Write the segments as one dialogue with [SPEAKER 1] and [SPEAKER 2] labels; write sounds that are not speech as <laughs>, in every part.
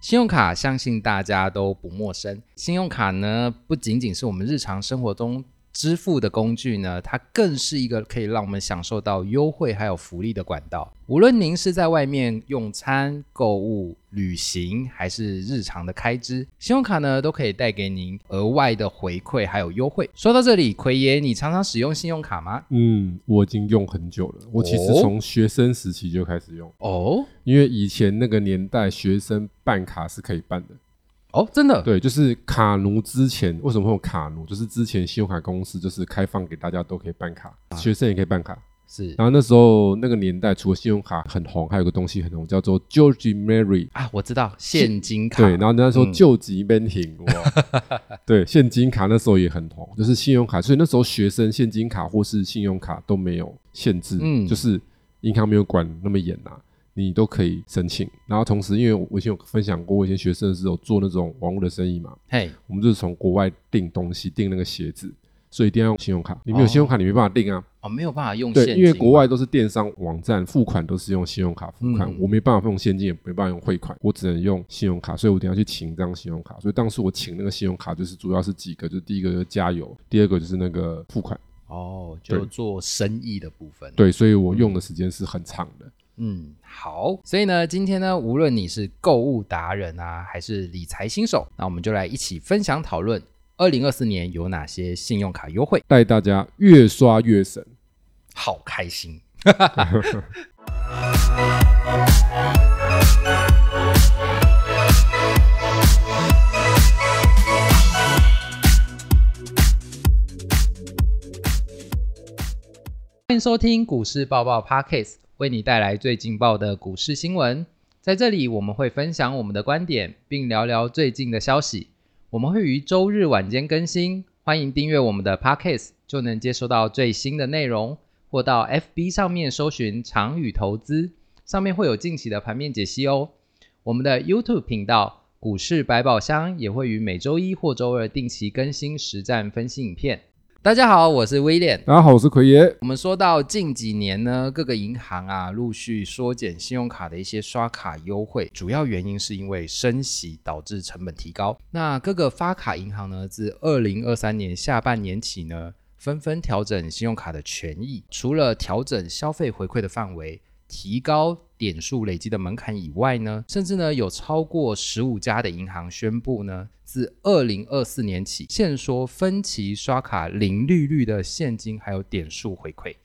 [SPEAKER 1] 信用卡相信大家都不陌生。信用卡呢，不仅仅是我们日常生活中支付的工具呢，它更是一个可以让我们享受到优惠还有福利的管道。无论您是在外面用餐、购物、旅行，还是日常的开支，信用卡呢都可以带给您额外的回馈还有优惠。说到这里，奎爷，你常常使用信用卡吗？
[SPEAKER 2] 嗯，我已经用很久了。我其实
[SPEAKER 1] 哦
[SPEAKER 2] 从学生时期就开始用，
[SPEAKER 1] 哦
[SPEAKER 2] 因为以前那个年代学生办卡是可以办的。
[SPEAKER 1] 哦，真的，
[SPEAKER 2] 对，就是卡奴之前为什么会有卡奴？就是之前信用卡公司就是开放给大家都可以办卡，学生也可以办卡。
[SPEAKER 1] 是
[SPEAKER 2] 然后那时候那个年代，除了信用卡很红，还有个东西很红，叫做 George Mary。
[SPEAKER 1] 啊，我知道现金卡，
[SPEAKER 2] 对，然后那时候
[SPEAKER 1] 嗯
[SPEAKER 2] 救急 banking，、哇
[SPEAKER 1] <laughs>
[SPEAKER 2] 对，现金卡那时候也很红，就是信用卡，所以那时候学生现金卡或是信用卡都没有限制，
[SPEAKER 1] 嗯
[SPEAKER 2] 就是银行没有管那么严啊，你都可以申请。然后同时，因为我以前有分享过，我以前学生的时候做那种网络的生意嘛，
[SPEAKER 1] 嘿，
[SPEAKER 2] 我们就是从国外订东西，订那个鞋子，所以一定要用信用卡。你没有信用卡，你没办法订啊。
[SPEAKER 1] 哦，没有办法用现
[SPEAKER 2] 对，
[SPEAKER 1] 金，
[SPEAKER 2] 因为国外都是电商网站付款都是用信用卡付款，
[SPEAKER 1] 嗯
[SPEAKER 2] 我没办法用现金，也没办法用汇款，我只能用信用卡，所以我等一下去请一张信用卡。所以当时我请那个信用卡，就是主要是几个，就是第一个就是加油，第二个就是那个付款。
[SPEAKER 1] 哦，就
[SPEAKER 2] 对
[SPEAKER 1] 做生意的部分。，
[SPEAKER 2] 对，所以我用的时间是很长的。
[SPEAKER 1] 嗯，好。所以呢，今天呢，无论你是购物达人啊，还是理财新手，那我们就来一起分享讨论，二零二四年有哪些信用卡优惠？
[SPEAKER 2] 带大家越刷越神。
[SPEAKER 1] 好开心。欢迎收听股市爆爆 Podcast，为你带来最劲爆的股市新闻。在这里，我们会分享我们的观点，并聊聊最近的消息。我们会于周日晚间更新，欢迎订阅我们的 Podcast，就能接收到最新的内容，或到 FB 上面搜寻“长宇投资”，上面会有近期的盘面解析哦。我们的 YouTube 频道“股市百宝箱”也会于每周一或周二定期更新实战分析影片。大家好，我是威廉。
[SPEAKER 2] 大家好，我是奎爷。
[SPEAKER 1] 我们说到近几年呢，各个银行啊陆续缩减信用卡的一些刷卡优惠，主要原因是因为升息导致成本提高。那各个发卡银行呢，自二零二三年下半年起呢，纷纷调整信用卡的权益，除了调整消费回馈的范围。提高点数累积的门槛以外呢，甚至呢有超过十五家的银行宣布呢，自二零二四年起限缩分期刷卡零利率的现金还有点数回馈。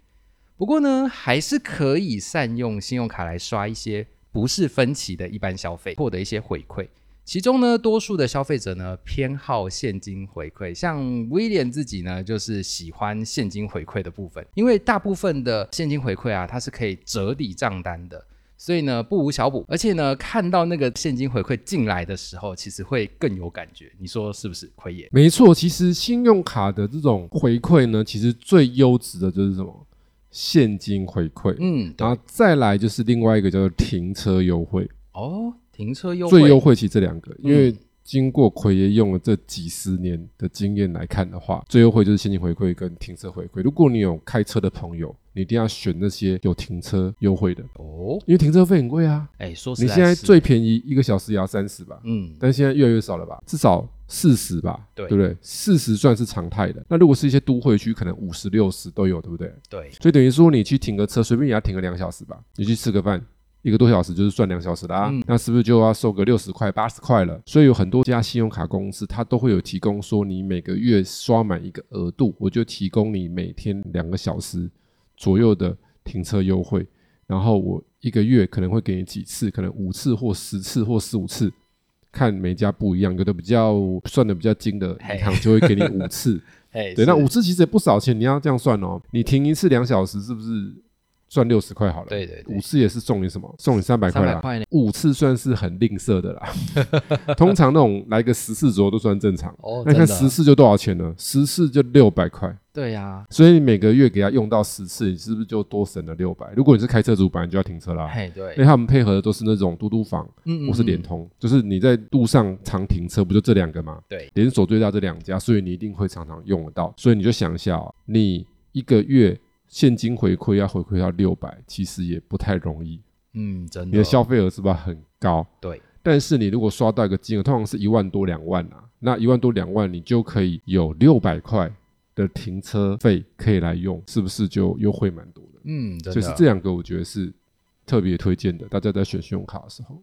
[SPEAKER 1] 不过呢，还是可以善用信用卡来刷一些不是分期的一般消费，获得一些回馈。其中呢，多数的消费者呢偏好现金回馈，像威廉自己呢就是喜欢现金回馈的部分，因为大部分的现金回馈啊，它是可以折抵账单的，所以呢不无小补。而且呢，看到那个现金回馈进来的时候，其实会更有感觉，你说是不是？奎爷，
[SPEAKER 2] 没错，其实信用卡的这种回馈呢，其实最优质的就是什么？现金回馈。
[SPEAKER 1] 嗯，对
[SPEAKER 2] 然后再来就是另外一个叫做停车优惠，
[SPEAKER 1] 哦，停车优惠，
[SPEAKER 2] 最优惠其实这两个，因为
[SPEAKER 1] 嗯
[SPEAKER 2] 经过奎爷用了这几十年的经验来看的话，最优惠就是现金回馈跟停车回馈。如果你有开车的朋友，你一定要选那些有停车优惠的，
[SPEAKER 1] 哦，
[SPEAKER 2] 因为停车费很贵啊。
[SPEAKER 1] 哎，说实
[SPEAKER 2] 你
[SPEAKER 1] 在
[SPEAKER 2] 现在
[SPEAKER 1] 是
[SPEAKER 2] 最便宜一个小时也要三十吧，
[SPEAKER 1] 嗯
[SPEAKER 2] 但现在越来越少了吧？至少四十吧，
[SPEAKER 1] 对
[SPEAKER 2] 不对？四十算是常态的。那如果是一些都会区，可能五十、六十都有，对不对？
[SPEAKER 1] 对，
[SPEAKER 2] 所以等于说你去停个车，随便也要停个两小时吧，你去吃个饭。一个多小时就是算两小时的啊，那是不是就要收个六十块、八十块了？所以有很多家信用卡公司，它都会有提供说，你每个月刷满一个额度，我就提供你每天两个小时左右的停车优惠，然后我一个月可能会给你几次，可能五次或十次或十五次，看每家不一样，有的比较算的比较精的银行就会给你五次，
[SPEAKER 1] 哎，是
[SPEAKER 2] 对，那五次其实也不少钱，你要这样算哦。你停一次两小时，是不是算六十块好了？
[SPEAKER 1] 对对对
[SPEAKER 2] 五次也是送你什么？送你三百块啊
[SPEAKER 1] 300
[SPEAKER 2] 啦。
[SPEAKER 1] 块呢
[SPEAKER 2] 五次算是很吝啬的啦。 <laughs> 通常那种来个十次左右都算正常。
[SPEAKER 1] 哦，
[SPEAKER 2] 那你
[SPEAKER 1] 真
[SPEAKER 2] 看
[SPEAKER 1] 的
[SPEAKER 2] 十次就多少钱呢？十次就六百块，
[SPEAKER 1] 对啊呀、
[SPEAKER 2] 所以你每个月给他用到十次，你是不是就多省了六百？如果你是开车主，本来就要停车啦。
[SPEAKER 1] 嘿，
[SPEAKER 2] 因为
[SPEAKER 1] 对，
[SPEAKER 2] 他们配合的都啊是那种嘟嘟房
[SPEAKER 1] 嗯
[SPEAKER 2] 或是联，通，就是你在路上常停车，不就这两个吗？
[SPEAKER 1] 对，
[SPEAKER 2] 连锁最大这两家，所以你一定会常常用得到。所以你就想一下、哦，你一个月现金回馈要回馈到六百，其实也不太容易，
[SPEAKER 1] 嗯，真的，
[SPEAKER 2] 你的消费额是不是很高？
[SPEAKER 1] 对，
[SPEAKER 2] 但是你如果刷到一个金额，通常是一万多两万啊，那一万多两万你就可以有六百块的停车费可以来用，是不是就优惠蛮多的？
[SPEAKER 1] 嗯，真的
[SPEAKER 2] 就是这两个，我觉得是特别推荐的，大家在选信用卡的时候。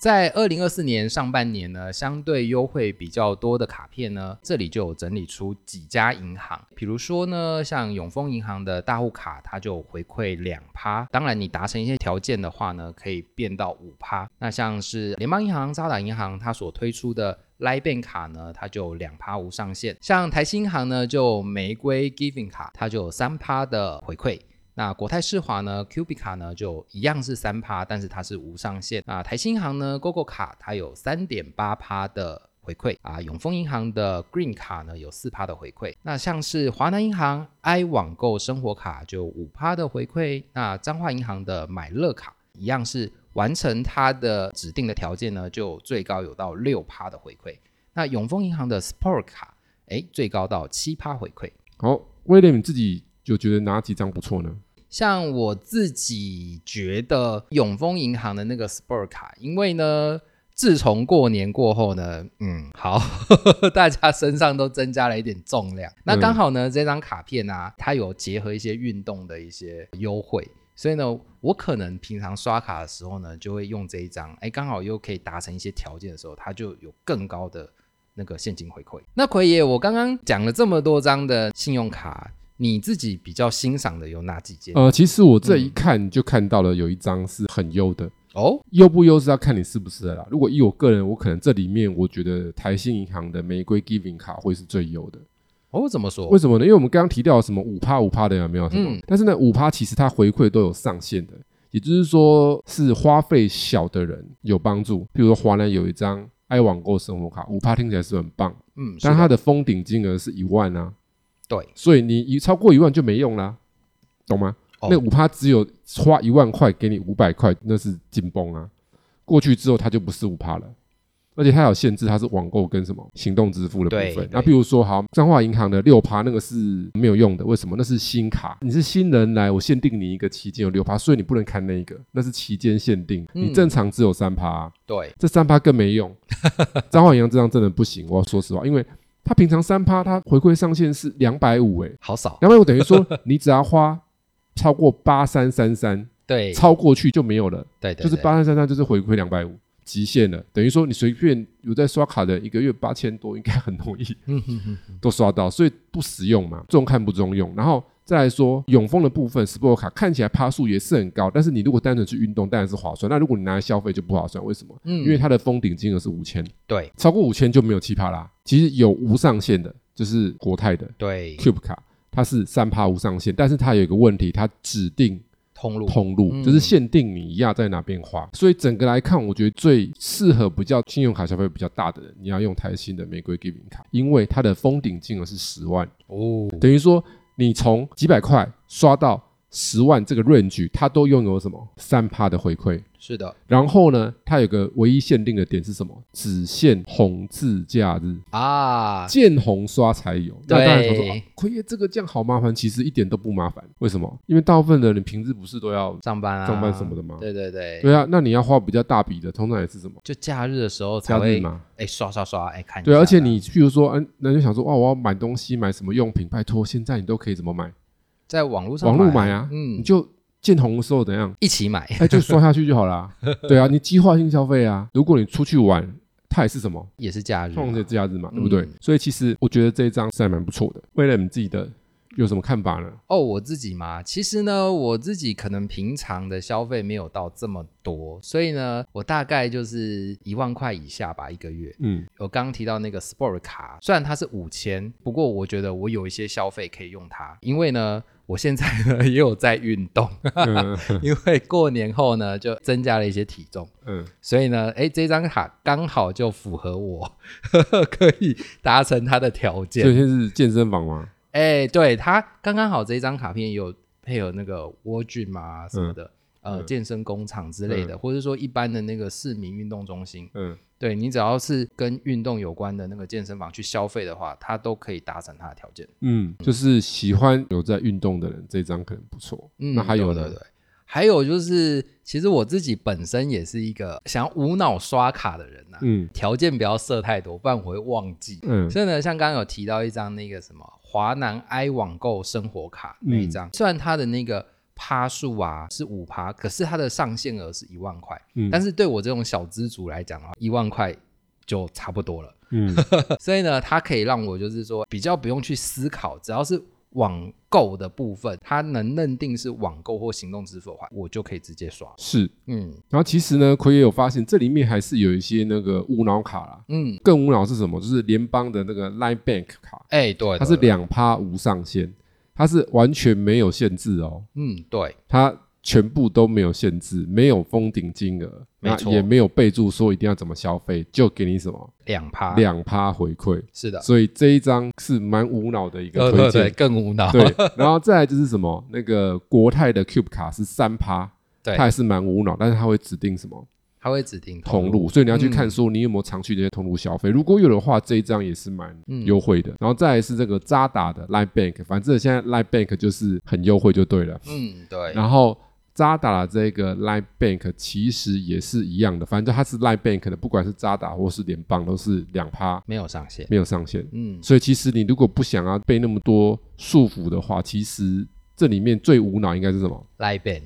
[SPEAKER 1] 在二零二四年上半年呢，相对优惠比较多的卡片呢，这里就有整理出几家银行，比如说呢，像永丰银行的大户卡，它就回馈两趴，当然你达成一些条件的话呢，可以变到五趴。那像是联邦银行、渣打银行，它所推出的 Line Bank 卡呢，它就两趴无上限；像台新银行呢，就玫瑰 Giving 卡，它就有三趴的回馈。那国泰世华呢，Q B 卡呢就一样是三趴，但是它是无上限。啊，台新银行呢，GoGo 卡它有三点八趴的回馈啊，永丰银行的 Green 卡呢有四趴的回馈。那像是华南银行 i 网购生活卡就五趴的回馈，那彰化银行的买乐卡一样是完成它的指定的条件呢，就最高有到六趴的回馈。那永丰银行的 Sport 卡，哎，最高到七趴回馈。
[SPEAKER 2] 好，威廉你自己就觉得哪几张不错呢？
[SPEAKER 1] 像我自己觉得永丰银行的那个 Sport 卡，因为呢，自从过年过后呢，嗯，好， <laughs> 大家身上都增加了一点重量。那刚好呢，这张卡片啊，它有结合一些运动的一些优惠，所以呢，我可能平常刷卡的时候呢，就会用这一张，哎，刚好又可以达成一些条件的时候，它就有更高的那个现金回馈。那奎爷，我刚刚讲了这么多张的信用卡。你自己比较欣赏的有哪几件？
[SPEAKER 2] 呃，其实我这
[SPEAKER 1] 嗯
[SPEAKER 2] 一看就看到了有一张是很优的，
[SPEAKER 1] 哦，
[SPEAKER 2] 优不优是要看你适不适合啦。如果以我个人，我可能这里面我觉得台信银行的玫瑰 Giving 卡会是最优的。
[SPEAKER 1] 哦，怎么说？
[SPEAKER 2] 为什么呢？因为我们刚刚提到什么五趴五趴的有没有？什么？
[SPEAKER 1] 嗯
[SPEAKER 2] 但是呢，五趴其实它回馈都有上限的，也就是说是花费小的人有帮助。譬如说华南有一张爱网购生活卡，五趴听起来是很棒，
[SPEAKER 1] 嗯，
[SPEAKER 2] 但
[SPEAKER 1] 是
[SPEAKER 2] 它
[SPEAKER 1] 的
[SPEAKER 2] 的封顶金额是一万啊，
[SPEAKER 1] 对
[SPEAKER 2] 所以你一超过一万就没用啦，懂吗？
[SPEAKER 1] 哦
[SPEAKER 2] 那五趴只有花一万块给你五百块，那是紧绷啊。过去之后它就不是五趴了，而且它有限制，它是网购跟什么行动支付的
[SPEAKER 1] 对
[SPEAKER 2] 部分
[SPEAKER 1] 对。
[SPEAKER 2] 那譬如说，好，彰化银行的六趴那个是没有用的，为什么？那是新卡，你是新人来，我限定你一个期间有六趴，所以你不能看那一个，那是期间限定，
[SPEAKER 1] 嗯
[SPEAKER 2] 你正常只有三趴、啊。
[SPEAKER 1] 对，
[SPEAKER 2] 这三趴更没用。 <laughs> 张焕阳这张真的不行，我要说实话，因为他平常三趴，他回馈上限是两百五，哎，
[SPEAKER 1] 好少，
[SPEAKER 2] 两百五等于说你只要花超过八三三三，
[SPEAKER 1] 对，
[SPEAKER 2] 超过去就没有了，
[SPEAKER 1] 对对，
[SPEAKER 2] 就是
[SPEAKER 1] 对
[SPEAKER 2] 八，三三三就是回馈两百五。极限了，等于说你随便有在刷卡的，一个月八千多，应该很容易
[SPEAKER 1] 嗯哼哼，
[SPEAKER 2] 都刷到，所以不实用嘛，重看不中用。然后再来说永丰的部分，Sport 卡看起来趴数也是很高，但是你如果单纯去运动，当然是划算。那如果你拿来消费就不划算，为什么？
[SPEAKER 1] 嗯，
[SPEAKER 2] 因为它的封顶金额是五千，
[SPEAKER 1] 对
[SPEAKER 2] 超过五千就没有奇葩啦。其实有无上限的，就是国泰的
[SPEAKER 1] 对
[SPEAKER 2] Cube 卡，它是三趴无上限，但是它有一个问题，它指定
[SPEAKER 1] 通路
[SPEAKER 2] 通路，
[SPEAKER 1] 嗯
[SPEAKER 2] 就是限定你要在哪边花。所以整个来看，我觉得最适合比较信用卡消费比较大的人，你要用台新的玫瑰 Giving 卡，因为它的封顶金额是十万，
[SPEAKER 1] 哦，
[SPEAKER 2] 等于说你从几百块刷到十万这个 range，它都拥有什么三趴的回馈。
[SPEAKER 1] 是的
[SPEAKER 2] 然后呢，它有个唯一限定的点是什么？只限红字假日，
[SPEAKER 1] 啊，
[SPEAKER 2] 见红刷才有。那
[SPEAKER 1] 对
[SPEAKER 2] 当然想说，啊奎、爷这个这样好麻烦，其实一点都不麻烦。为什么？因为大部分的人平日不是都要
[SPEAKER 1] 上班啊，
[SPEAKER 2] 上班什么的吗
[SPEAKER 1] 对对对，
[SPEAKER 2] 对啊，那你要花比较大笔的，通常也是什么
[SPEAKER 1] 就假日的时候才
[SPEAKER 2] 假日
[SPEAKER 1] 会，
[SPEAKER 2] 嘛？
[SPEAKER 1] 哎，刷刷刷，哎，看一
[SPEAKER 2] 对啊，
[SPEAKER 1] 下
[SPEAKER 2] 而且
[SPEAKER 1] 啦
[SPEAKER 2] 你譬如说，嗯、那就想说，哇，我要买东西，买什么用品？拜托，现在你都可以怎么买？
[SPEAKER 1] 在网络上
[SPEAKER 2] 网络买啊，你
[SPEAKER 1] 嗯，
[SPEAKER 2] 就见红的时候怎样？
[SPEAKER 1] 一起买，
[SPEAKER 2] 哎，就刷下去就
[SPEAKER 1] <laughs>
[SPEAKER 2] 好啦。对啊，你计划性消费啊。如果你出去玩，它也是什么？
[SPEAKER 1] 也是假日嘛，
[SPEAKER 2] 创这假日嘛，
[SPEAKER 1] 嗯
[SPEAKER 2] 对不对？所以其实我觉得这一张是还蛮不错的。为了你自己的有什么看法呢？
[SPEAKER 1] 哦，我自己嘛，其实呢，我自己可能平常的消费没有到这么多，所以呢，我大概就是一万块以下吧，一个月。 <laughs>
[SPEAKER 2] 嗯，
[SPEAKER 1] 我刚刚提到那个 Sport 卡，虽然它是五千，不过我觉得我有一些消费可以用它，因为呢，我现在呢 <laughs> 也有在运动，
[SPEAKER 2] 嗯
[SPEAKER 1] <laughs> 因为过年后呢就增加了一些体重，
[SPEAKER 2] 嗯，
[SPEAKER 1] 所以呢，哎，这张卡刚好就符合我， <laughs> 可以达成它的条件
[SPEAKER 2] 所。以现在是健身房嘛，
[SPEAKER 1] 哎、对他刚刚好这一张卡片也有配合那个蜗苣嘛什么的，呃，
[SPEAKER 2] 嗯
[SPEAKER 1] 健身工厂之类的，或者说一般的那个市民运动中心，
[SPEAKER 2] 嗯，
[SPEAKER 1] 对你只要是跟运动有关的那个健身房去消费的话，它都可以达成它的条件。
[SPEAKER 2] 嗯，就是喜欢有在运动的人，这张可能不错。
[SPEAKER 1] 嗯，
[SPEAKER 2] 那还有
[SPEAKER 1] 对
[SPEAKER 2] 呢
[SPEAKER 1] 对？对。还有就是，其实我自己本身也是一个想要无脑刷卡的人呐、
[SPEAKER 2] 嗯
[SPEAKER 1] 条件不要设太多，不然我会忘记。
[SPEAKER 2] 嗯
[SPEAKER 1] 所以呢，像刚刚有提到一张那个什么华南 i 网购生活卡那一
[SPEAKER 2] 嗯
[SPEAKER 1] 张，虽然它的那个趴数啊是五趴，可是它的上限额是一万块，
[SPEAKER 2] 嗯
[SPEAKER 1] 但是对我这种小资族来讲的话，一万块就差不多了。
[SPEAKER 2] 嗯
[SPEAKER 1] 所以呢，它可以让我就是说比较不用去思考，只要是网购的部分，它能认定是网购或行动支付的话，我就可以直接刷。
[SPEAKER 2] 是。
[SPEAKER 1] 嗯
[SPEAKER 2] 然后其实呢，奎也有发现这里面还是有一些那个无脑卡啦。
[SPEAKER 1] 嗯，
[SPEAKER 2] 更无脑是什么？就是联邦的那个 Line Bank 卡，
[SPEAKER 1] 哎、对，
[SPEAKER 2] 它是
[SPEAKER 1] 对，
[SPEAKER 2] 两趴无上限，它是完全没有限制哦，
[SPEAKER 1] 对嗯对，
[SPEAKER 2] 它全部都没有限制，没有封顶金额，
[SPEAKER 1] 没
[SPEAKER 2] 那
[SPEAKER 1] 错
[SPEAKER 2] 也没有备注说一定要怎么消费，就给你什么
[SPEAKER 1] 两趴，
[SPEAKER 2] 两趴回馈。
[SPEAKER 1] 是的，
[SPEAKER 2] 所以这一张是蛮无脑的一
[SPEAKER 1] 对
[SPEAKER 2] 个推
[SPEAKER 1] 对对，
[SPEAKER 2] 荐，
[SPEAKER 1] 更无脑，
[SPEAKER 2] <laughs> 对。然后再来就是什么，那个国泰的 Cube 卡是三趴，
[SPEAKER 1] 对
[SPEAKER 2] 它也是蛮无脑，但是它会指定什么
[SPEAKER 1] 它会指定
[SPEAKER 2] 通
[SPEAKER 1] 路。
[SPEAKER 2] 路，所以你要去看说你有没有常去这些通路消费。如果有的话，这一张也是蛮优惠的。然后再来是这个渣打的 Line Bank，反正现在 Line Bank 就是很优惠就对了。
[SPEAKER 1] 嗯，对，
[SPEAKER 2] 然后渣打的这个 Line Bank 其实也是一样的，反正它是 Line Bank 的，不管是渣打或是联邦都是两趴
[SPEAKER 1] 没有上限。
[SPEAKER 2] 没有上限。
[SPEAKER 1] 嗯，
[SPEAKER 2] 所以其实你如果不想要被那么多束缚的话，其实这里面最无脑应该是什么
[SPEAKER 1] <laughs> 来一遍，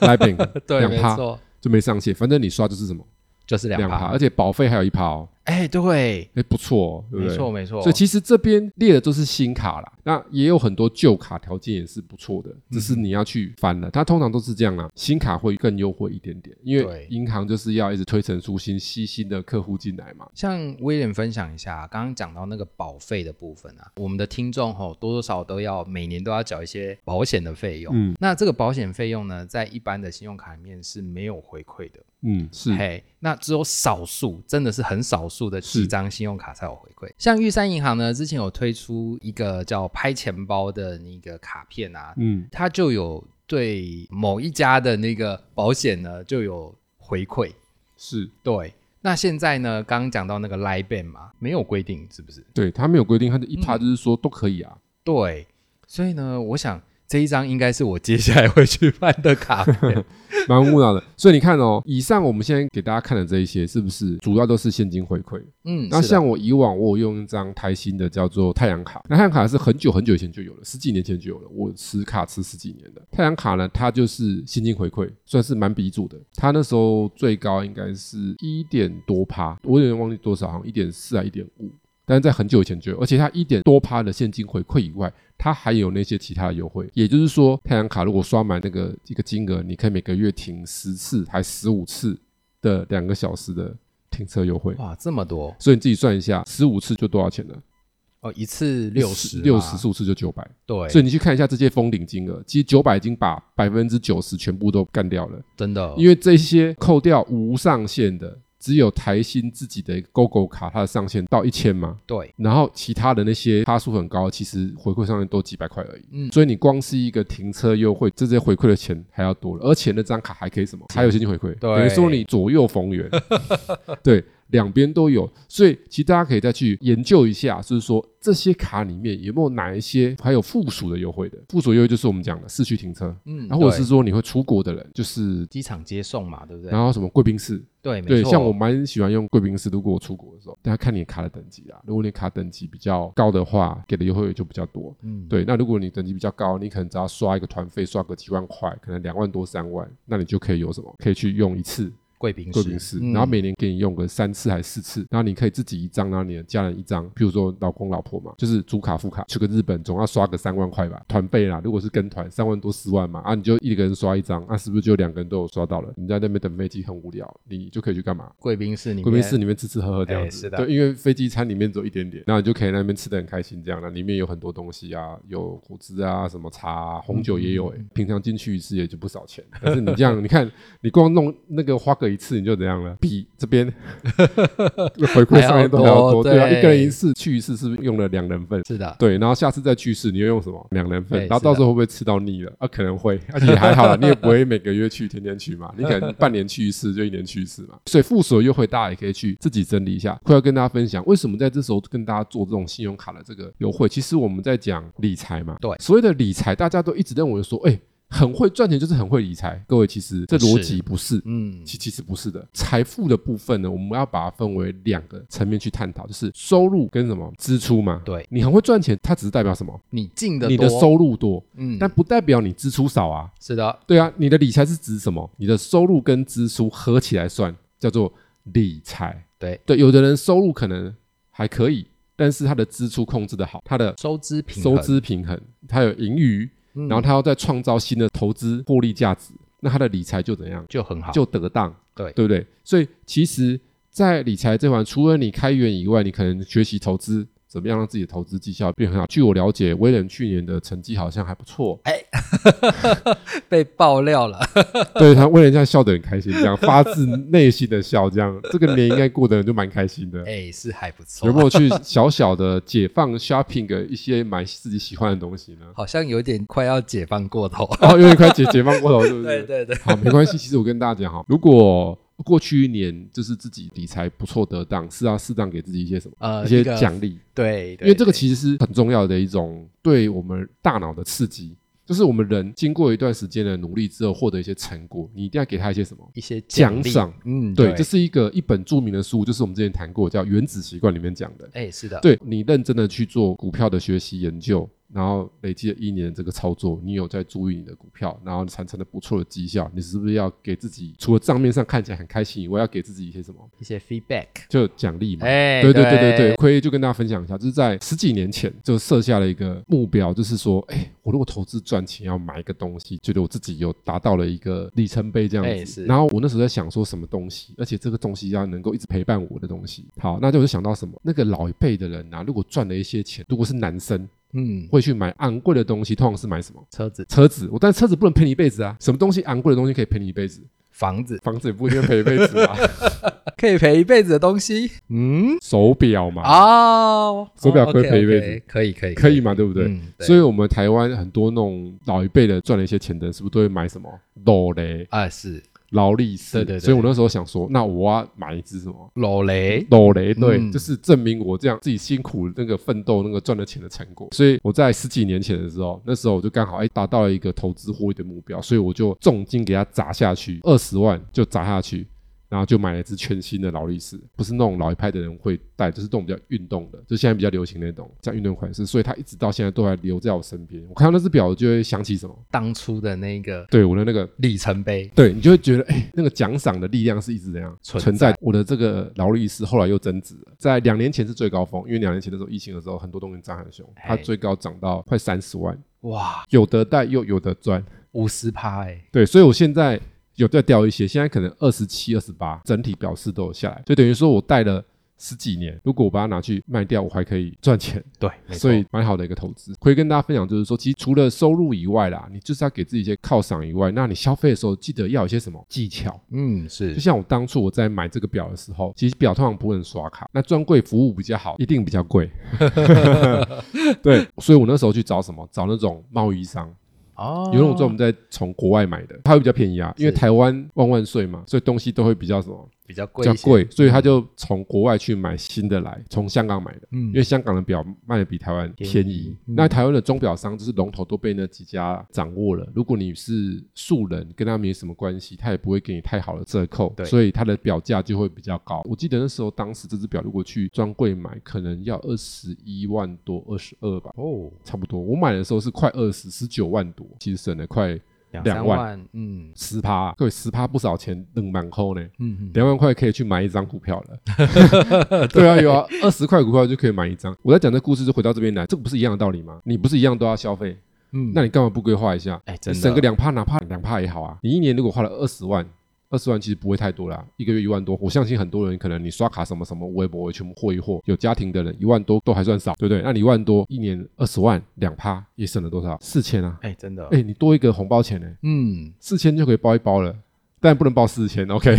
[SPEAKER 2] ？Line Bank
[SPEAKER 1] 对，
[SPEAKER 2] 两
[SPEAKER 1] 没
[SPEAKER 2] 趴
[SPEAKER 1] 错，
[SPEAKER 2] 就没上限，反正你刷就是什么
[SPEAKER 1] 就是两
[SPEAKER 2] 两趴，
[SPEAKER 1] 趴
[SPEAKER 2] 而。且保费还有一趴哦。
[SPEAKER 1] 哎、对，
[SPEAKER 2] 哎，不错、哦，对不
[SPEAKER 1] 没
[SPEAKER 2] 对？
[SPEAKER 1] 错没错。
[SPEAKER 2] 所以其实这边列的都是新卡啦，那也有很多旧卡，条件也是不错
[SPEAKER 1] 嗯
[SPEAKER 2] 的，只是你要去翻了。它通常都是这样啦，新卡会更优惠一点点，因
[SPEAKER 1] 对
[SPEAKER 2] 为银行就是要一直推陈出新，吸新的客户进来嘛。
[SPEAKER 1] 像威廉分享一下，刚刚讲到那个保费的部分啊，我们的听众吼多多少少都要每年都要缴一些保险的费用。
[SPEAKER 2] 嗯
[SPEAKER 1] 那这个保险费用呢，在一般的信用卡里面是没有回馈的，
[SPEAKER 2] 嗯，是，
[SPEAKER 1] 嘿，那只有少数，真的是很少数的几
[SPEAKER 2] 是
[SPEAKER 1] 张信用卡才有回馈。像玉山银行呢，之前有推出一个叫拍钱包的那个卡片啊，
[SPEAKER 2] 嗯
[SPEAKER 1] 它就有对某一家的那个保险呢就有回馈，
[SPEAKER 2] 是，
[SPEAKER 1] 对，那现在呢，刚刚讲到那个 Line Ban 嘛，没有规定是不是？
[SPEAKER 2] 对，它没有规定，它的一趴
[SPEAKER 1] 嗯
[SPEAKER 2] 就是说都可以啊。
[SPEAKER 1] 对，所以呢，我想这一张应该是我接下来会去办的卡
[SPEAKER 2] <laughs>
[SPEAKER 1] 片。
[SPEAKER 2] 蛮无脑的。所以你看哦，以上我们现在给大家看的这一些，是不是主要都是现金回馈？
[SPEAKER 1] 嗯，
[SPEAKER 2] 那
[SPEAKER 1] 是的
[SPEAKER 2] 像我以往我有用一张台新的叫做太阳卡，那太阳卡是很久很久以前就有了，十几年前就有了，我持卡持十几年的。太阳卡呢，它就是现金回馈，算是蛮鼻祖的。它那时候最高应该是一点多趴，我有点忘记多少，好像一点四啊一点五。但是在很久以前就有，而且它一点多趴的现金回馈以外，它还有那些其他的优惠。也就是说，太阳卡如果刷满那个一个金额，你可以每个月停十次还十五次的两个小时的停车优惠。
[SPEAKER 1] 哇，这么多
[SPEAKER 2] 所以你自己算一下，十五次就多少钱了？
[SPEAKER 1] 哦，一次六十，
[SPEAKER 2] 六十，十五次就九百。
[SPEAKER 1] 对，
[SPEAKER 2] 所以你去看一下这些封顶金额，其实九百已经把百分之九十全部都干掉了，
[SPEAKER 1] 真的，
[SPEAKER 2] 因为这些扣掉无上限的，只有台新自己的一个 GoGo 卡，它的上限到一千嘛。
[SPEAKER 1] 对，
[SPEAKER 2] 然后其他的那些趴数很高，其实回馈上面都几百块而已。
[SPEAKER 1] 嗯
[SPEAKER 2] 所以你光是一个停车优惠，这些回馈的钱还要多了，而且那张卡还可以什么？还有现金回馈，
[SPEAKER 1] 对
[SPEAKER 2] 等于说你左右
[SPEAKER 1] <laughs>
[SPEAKER 2] 逢源，对，两边都有。所以其实大家可以再去研究一下，就是说这些卡里面有没有哪一些还有附属的优惠的？附属优惠就是我们讲的市区停车，
[SPEAKER 1] 嗯，
[SPEAKER 2] 然后或者
[SPEAKER 1] 对
[SPEAKER 2] 是说你会出国的人，就是
[SPEAKER 1] 机场接送嘛，对不对
[SPEAKER 2] 然？后什么贵宾室，
[SPEAKER 1] 对，没
[SPEAKER 2] 对，
[SPEAKER 1] 错
[SPEAKER 2] 像我蛮喜欢用贵宾室。如果我出国的时候，大家看你的卡的等级啊。如果你卡等级比较高的话，给的优惠也就比较多。
[SPEAKER 1] 嗯，
[SPEAKER 2] 对，那如果你等级比较高，你可能只要刷一个团费，刷个几万块，可能两万多、三万，那你就可以有什么？可以去用一次
[SPEAKER 1] 贵宾
[SPEAKER 2] 贵宾室，
[SPEAKER 1] 嗯
[SPEAKER 2] 然后每年给你用个三次还是四次，然后你可以自己一张，然后你的家人一张，譬如说老公老婆嘛，就是主卡副卡，去个日本总要刷个三万块吧，团费啦，如果是跟团三万多四万嘛，啊你就一个人刷一张，啊那、是不是就两个人都有刷到了？你在那边等飞机很无聊，你就可以去干嘛？
[SPEAKER 1] 贵宾室里面，
[SPEAKER 2] 贵宾室里面吃吃喝喝这样
[SPEAKER 1] 哎
[SPEAKER 2] 子，
[SPEAKER 1] 是的
[SPEAKER 2] 对，因为飞机餐里面只有一点点，那你就可以在那边吃的很开心，这样，那里面有很多东西啊，有果汁啊，什么茶、啊、红酒也有、
[SPEAKER 1] 嗯
[SPEAKER 2] 哎、平常进去一次也就不少钱，但是你这样，你看你光弄那个花个一次你就怎样了，比这边 <laughs> 回馈上面都还
[SPEAKER 1] 还
[SPEAKER 2] 要多，
[SPEAKER 1] 要多
[SPEAKER 2] 对啊，
[SPEAKER 1] 对
[SPEAKER 2] 一个人一次去一次是不是用了两人份？
[SPEAKER 1] 是的，
[SPEAKER 2] 对，然后下次再去一次，你又用什么两人份
[SPEAKER 1] 哎？
[SPEAKER 2] 然后
[SPEAKER 1] 是的
[SPEAKER 2] 到时候会不会吃到腻了？啊，可能会，而且也还好啦，你也不会每个月去，天天去嘛，你可能半年去一次，就一年去一次嘛。所以附属的优惠大家也可以去自己整理一下，会要跟大家分享为什么在这时候跟大家做这种信用卡的这个优惠。其实我们在讲理财嘛，
[SPEAKER 1] 对
[SPEAKER 2] 所谓的理财，大家都一直认为说，哎。很会赚钱就是很会理财。各位，其实这逻辑不是，
[SPEAKER 1] 嗯，
[SPEAKER 2] 其其实不是的。财富的部分呢，我们要把它分为两个层面去探讨，就是收入跟什么支出嘛。
[SPEAKER 1] 对，
[SPEAKER 2] 你很会赚钱，它只是代表什么？
[SPEAKER 1] 你进的
[SPEAKER 2] 你的
[SPEAKER 1] 多，
[SPEAKER 2] 收入多，
[SPEAKER 1] 嗯，
[SPEAKER 2] 但不代表你支出少啊。
[SPEAKER 1] 是的，
[SPEAKER 2] 对啊，你的理财是指什么？你的收入跟支出合起来算，叫做理财。
[SPEAKER 1] 对
[SPEAKER 2] 对，有的人收入可能还可以，但是他的支出控制的好，他的
[SPEAKER 1] 收支平
[SPEAKER 2] 收
[SPEAKER 1] 衡，
[SPEAKER 2] 支平衡，他有盈余，
[SPEAKER 1] 嗯
[SPEAKER 2] 然后他要再创造新的投资获利价值，那他的理财就怎样？
[SPEAKER 1] 就很好，
[SPEAKER 2] 就得当，
[SPEAKER 1] 对
[SPEAKER 2] 对不对？所以其实，在理财这环，除了你开源以外，你可能学习投资，怎么样让自己的投资绩效变很好。据我了解，威廉去年的成绩好像还
[SPEAKER 1] <laughs>
[SPEAKER 2] 不错，
[SPEAKER 1] 被爆料了，
[SPEAKER 2] 对他威廉这样笑得很开心，这样发自内心的笑，这样这个年应该过得就蛮开心的。
[SPEAKER 1] 哎，是还不错
[SPEAKER 2] 有，没有去小小的解放 shopping 的一些买自己喜欢的东西呢？
[SPEAKER 1] 好像有点快要解放过头，
[SPEAKER 2] 哦，有点快解解放过头，是不
[SPEAKER 1] <laughs>
[SPEAKER 2] 是？
[SPEAKER 1] 对对对，
[SPEAKER 2] 好，没关系。其实我跟大家讲哈，如果过去一年就是自己理财不错得当，是要适当给自己一些什么、
[SPEAKER 1] 呃
[SPEAKER 2] 一些
[SPEAKER 1] 一个
[SPEAKER 2] 奖励，
[SPEAKER 1] 对，对
[SPEAKER 2] 因为这
[SPEAKER 1] 对
[SPEAKER 2] 个其实是很重要的一种对我们大脑的刺激，就是我们人经过一段时间的努力之后获得一些成果，你一定要给他一些什么。
[SPEAKER 1] 一些
[SPEAKER 2] 奖
[SPEAKER 1] 励
[SPEAKER 2] 赏，
[SPEAKER 1] 嗯，
[SPEAKER 2] 对，这是一个一本著名的书，就是我们之前谈过叫《原子习惯》里面讲的。
[SPEAKER 1] 哎，是的，
[SPEAKER 2] 对你认真的去做股票的学习研究，然后累积了一年这个操作，你有在注意你的股票，然后产生了不错的绩效，你是不是要给自己除了账面上看起来很开心以外，要给自己一些什么？
[SPEAKER 1] 一些 feedback，
[SPEAKER 2] 就奖励嘛。
[SPEAKER 1] 哎，
[SPEAKER 2] 嗯对对对对
[SPEAKER 1] 对
[SPEAKER 2] 对，亏就跟大家分享一下，就是在十几年前就设下了一个目标，就是说，哎，我如果投资赚钱要买一个东西，觉得我自己有达到了一个里程碑这
[SPEAKER 1] 哎
[SPEAKER 2] 样
[SPEAKER 1] 是
[SPEAKER 2] 子。然后我那时候在想说什么东西，而且这个东西要能够一直陪伴我的东西。好，那就我就想到什么，那个老一辈的人啊，如果赚了一些钱，如果是男生
[SPEAKER 1] 嗯，
[SPEAKER 2] 会去买昂贵的东西，通常是买什么？
[SPEAKER 1] 车子、
[SPEAKER 2] 车子，我但车子不能陪你一辈子啊！什么东西昂贵的东西可以陪你一辈子，
[SPEAKER 1] 房子
[SPEAKER 2] 房子也不一定陪一辈子啊。
[SPEAKER 1] 可以陪一辈子的东西，嗯，
[SPEAKER 2] 手表嘛，
[SPEAKER 1] 哦，
[SPEAKER 2] 手表可以
[SPEAKER 1] OK，
[SPEAKER 2] 陪一辈子
[SPEAKER 1] OK，可以可以
[SPEAKER 2] 可以嘛，对不对？
[SPEAKER 1] 嗯，对
[SPEAKER 2] 所以，我们台湾很多那种老一辈的赚了一些钱的，是不是都会买什么劳雷、
[SPEAKER 1] 啊是
[SPEAKER 2] 劳力士？
[SPEAKER 1] 对对对
[SPEAKER 2] 所以我那时候想说，那我要买一只什么
[SPEAKER 1] 老雷，
[SPEAKER 2] 劳雷？对，
[SPEAKER 1] 嗯
[SPEAKER 2] 就是证明我这样自己辛苦那个奋斗那个赚的钱的成果。所以我在十几年前的时候，那时候我就刚好哎达到了一个投资获利的目标，所以我就重金给它砸下去，二十万就砸下去。然后就买了一只全新的劳力士，不是那种老一派的人会戴，就是那种比较运动的，就现在比较流行那种像运动款式，所以它一直到现在都还留在我身边。我看到那只表，我就会想起什么？
[SPEAKER 1] 当初的那个
[SPEAKER 2] 对我的那个，
[SPEAKER 1] 里程碑，
[SPEAKER 2] 对你就会觉得，哎，那个奖赏的力量是一直怎样
[SPEAKER 1] 存在
[SPEAKER 2] 在。我的这个劳力士后来又增值了，在两年前是最高峰，因为两年前那时候疫情的时候，很多东西涨很凶，它
[SPEAKER 1] 哎
[SPEAKER 2] 最高涨到快三十万，
[SPEAKER 1] 哇，
[SPEAKER 2] 有得戴又有得赚。
[SPEAKER 1] 五十趴哎，
[SPEAKER 2] 对，所以我现在有在掉一些，现在可能二十七、二十八，整体表示都有下来，就等于说我戴了十几年，如果我把它拿去卖掉，我还可以赚钱，
[SPEAKER 1] 对，没错
[SPEAKER 2] 所以蛮好的一个投资。可以跟大家分享，就是说，其实除了收入以外啦，你就是要给自己一些犒赏以外，那你消费的时候记得要有一些什么技巧。
[SPEAKER 1] 嗯是
[SPEAKER 2] 就像我当初我在买这个表的时候，其实表通常不能刷卡，那专柜服务比较好，一定比
[SPEAKER 1] <laughs>
[SPEAKER 2] 较贵。对，所以我那时候去找什么？找那种贸易商，
[SPEAKER 1] 哦，
[SPEAKER 2] 有那种专门在从国外买的，它会比较便宜啊，因为
[SPEAKER 1] 是
[SPEAKER 2] 台湾万万税嘛，所以东西都会比较什么
[SPEAKER 1] 比较贵
[SPEAKER 2] 比
[SPEAKER 1] 一
[SPEAKER 2] 较
[SPEAKER 1] 些，
[SPEAKER 2] 贵，所以他就从国外去买新的来，从香港买的。
[SPEAKER 1] 嗯
[SPEAKER 2] 因为香港的表卖的比台湾
[SPEAKER 1] 便宜
[SPEAKER 2] 便宜，
[SPEAKER 1] 嗯
[SPEAKER 2] 那台湾的钟表商就是龙头都被那几家掌握了。如果你是素人，跟他没什么关系，他也不会给你太好的折扣
[SPEAKER 1] 对，
[SPEAKER 2] 所以它的表价就会比较高。我记得那时候当时这只表如果去专柜买，可能要二十一万多、二十二吧，
[SPEAKER 1] 哦，
[SPEAKER 2] 差不多。我买的时候是快二十，十九万多，其实省了快
[SPEAKER 1] 两
[SPEAKER 2] 两
[SPEAKER 1] 三
[SPEAKER 2] 万
[SPEAKER 1] 万，嗯
[SPEAKER 2] 十趴，各位十趴不少钱，冷蛮厚呢。
[SPEAKER 1] 嗯嗯，
[SPEAKER 2] 两万块可以去买一张股票了，
[SPEAKER 1] <laughs>
[SPEAKER 2] <laughs> 对啊，有啊，二十块股票就可以买一张。我在讲这故事就回到这边来，这个不是一样的道理吗？你不是一样都要消费，
[SPEAKER 1] 嗯
[SPEAKER 2] 那你干嘛不规划一下？
[SPEAKER 1] 哎真
[SPEAKER 2] 你
[SPEAKER 1] 的
[SPEAKER 2] 省个两帕，哪怕两帕也好啊。你一年如果花了二十万，二十万其实不会太多啦，一个月一万多，我相信很多人可能你刷卡什么什么微博全部霍一霍，有家庭的人一万多都还算少，对不对？那你一万多一年二十万，两帕也省了多少？四千啊！
[SPEAKER 1] 哎真的，
[SPEAKER 2] 哎，你多一个红包钱呢、
[SPEAKER 1] 嗯
[SPEAKER 2] 四千就可以包一包了，但不能包四千，OK？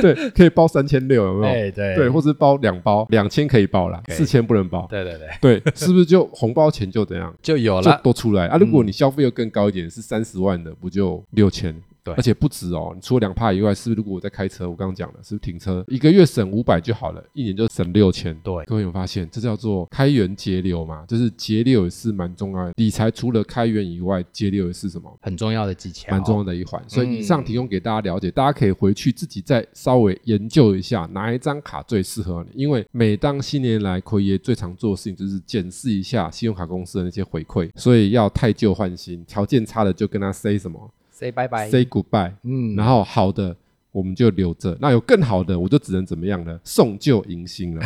[SPEAKER 2] 对，可以包三千六，有没有？
[SPEAKER 1] 哎对
[SPEAKER 2] 对，或是包两包，两千可以包啦，
[SPEAKER 1] 可以
[SPEAKER 2] 四千不能包。
[SPEAKER 1] 对对对嗯
[SPEAKER 2] 对，是不是就红包钱就怎样，
[SPEAKER 1] <laughs> 就有
[SPEAKER 2] 就
[SPEAKER 1] 了，
[SPEAKER 2] 多出来啊？如果你消费又更高一点，是三十万的，不就六千？
[SPEAKER 1] 对
[SPEAKER 2] 而且不止哦，你除了两趴以外，是不是如果我在开车，我刚刚讲了，是不是停车一个月省五百就好了，一年就省六千？
[SPEAKER 1] 对
[SPEAKER 2] 各位有没有发现，这叫做开源节流嘛，就是节流也是蛮重要的。理财除了开源以外，节流也是什么？
[SPEAKER 1] 很重要的技巧，
[SPEAKER 2] 蛮重要的一环。所以
[SPEAKER 1] 嗯
[SPEAKER 2] 以上提供给大家了解，大家可以回去自己再稍微研究一下哪一张卡最适合你。因为每当新年来，奎爷最常做的事情就是检视一下信用卡公司的那些回馈，所以要太旧换新，条件差的就跟他 say 什么
[SPEAKER 1] Say 拜拜，
[SPEAKER 2] say goodbye，
[SPEAKER 1] 嗯，
[SPEAKER 2] 然后好的。我们就留着，那有更好的，我就只能怎么样呢？送旧迎新
[SPEAKER 1] <laughs>
[SPEAKER 2] 了，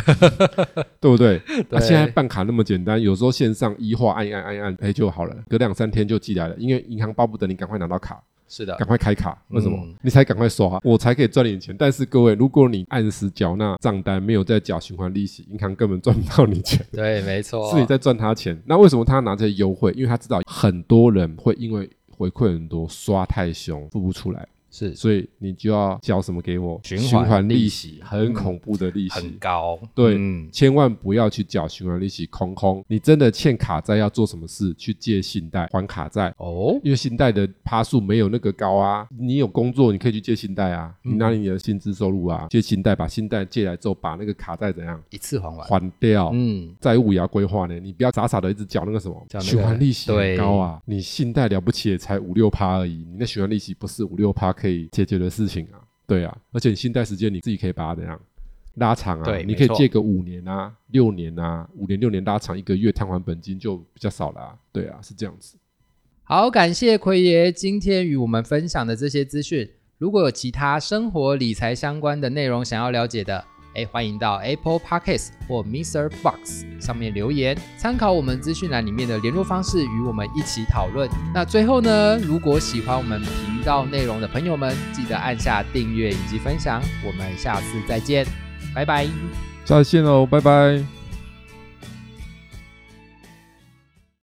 [SPEAKER 2] 对不对？那、
[SPEAKER 1] 对
[SPEAKER 2] 现在办卡那么简单，有时候线上一化按一按按一按，哎就好了，隔两三天就寄来了，因为银行巴不得你赶快拿到卡，
[SPEAKER 1] 是的，
[SPEAKER 2] 赶快开卡，为什么？
[SPEAKER 1] 嗯
[SPEAKER 2] 你才赶快刷，我才可以赚点钱。但是各位，如果你按时缴纳账单，没有在缴循环利息，银行根本赚不到你
[SPEAKER 1] <laughs>
[SPEAKER 2] 钱。
[SPEAKER 1] 对，没错，
[SPEAKER 2] 是你在赚他钱，那为什么他拿这些优惠？因为他知道很多人会因为回馈很多，刷太凶，付不出来，
[SPEAKER 1] 是
[SPEAKER 2] 所以你就要缴什么给我？
[SPEAKER 1] 循环
[SPEAKER 2] 环利
[SPEAKER 1] 利息
[SPEAKER 2] 很恐怖的利息，
[SPEAKER 1] 很高，
[SPEAKER 2] 对
[SPEAKER 1] 嗯，
[SPEAKER 2] 千万不要去缴循环利息，空空。你真的欠卡债要做什么事？去借信贷还卡债，
[SPEAKER 1] 哦，
[SPEAKER 2] 因为信贷的趴数没有那个高啊。你有工作，你可以去借信贷啊，
[SPEAKER 1] 嗯
[SPEAKER 2] 你拿你的薪资收入啊，借信贷，把信贷借来之后，把那个卡债怎样
[SPEAKER 1] 一次还完，
[SPEAKER 2] 还掉。
[SPEAKER 1] 嗯，
[SPEAKER 2] 债务也要规划呢，你不要傻傻的一直缴那个什么
[SPEAKER 1] 缴那个
[SPEAKER 2] 循环利息
[SPEAKER 1] 对
[SPEAKER 2] 很高啊，你信贷了不起也才五六趴而已，你那循环利息不是五六趴可以解决的事情啊，对啊，而且你信贷时间你自己可以把它怎样拉长啊，
[SPEAKER 1] 对
[SPEAKER 2] 你可
[SPEAKER 1] 没
[SPEAKER 2] 以
[SPEAKER 1] 错
[SPEAKER 2] 借个五年啊、六年啊、五年六年拉长一个月摊还本金就比较少啦、对啊，是这样子。
[SPEAKER 1] 好，感谢奎爷今天与我们分享的这些资讯。如果有其他生活理财相关的内容想要了解的，哎，欢迎到 Apple Podcasts 或 Mr. Box 上面留言，参考我们资讯栏里面的联络方式，与我们一起讨论。那最后呢，如果喜欢我们频道内容的朋友们，记得按下订阅以及分享。我们下次再见，拜拜。
[SPEAKER 2] 下次见喽，拜拜。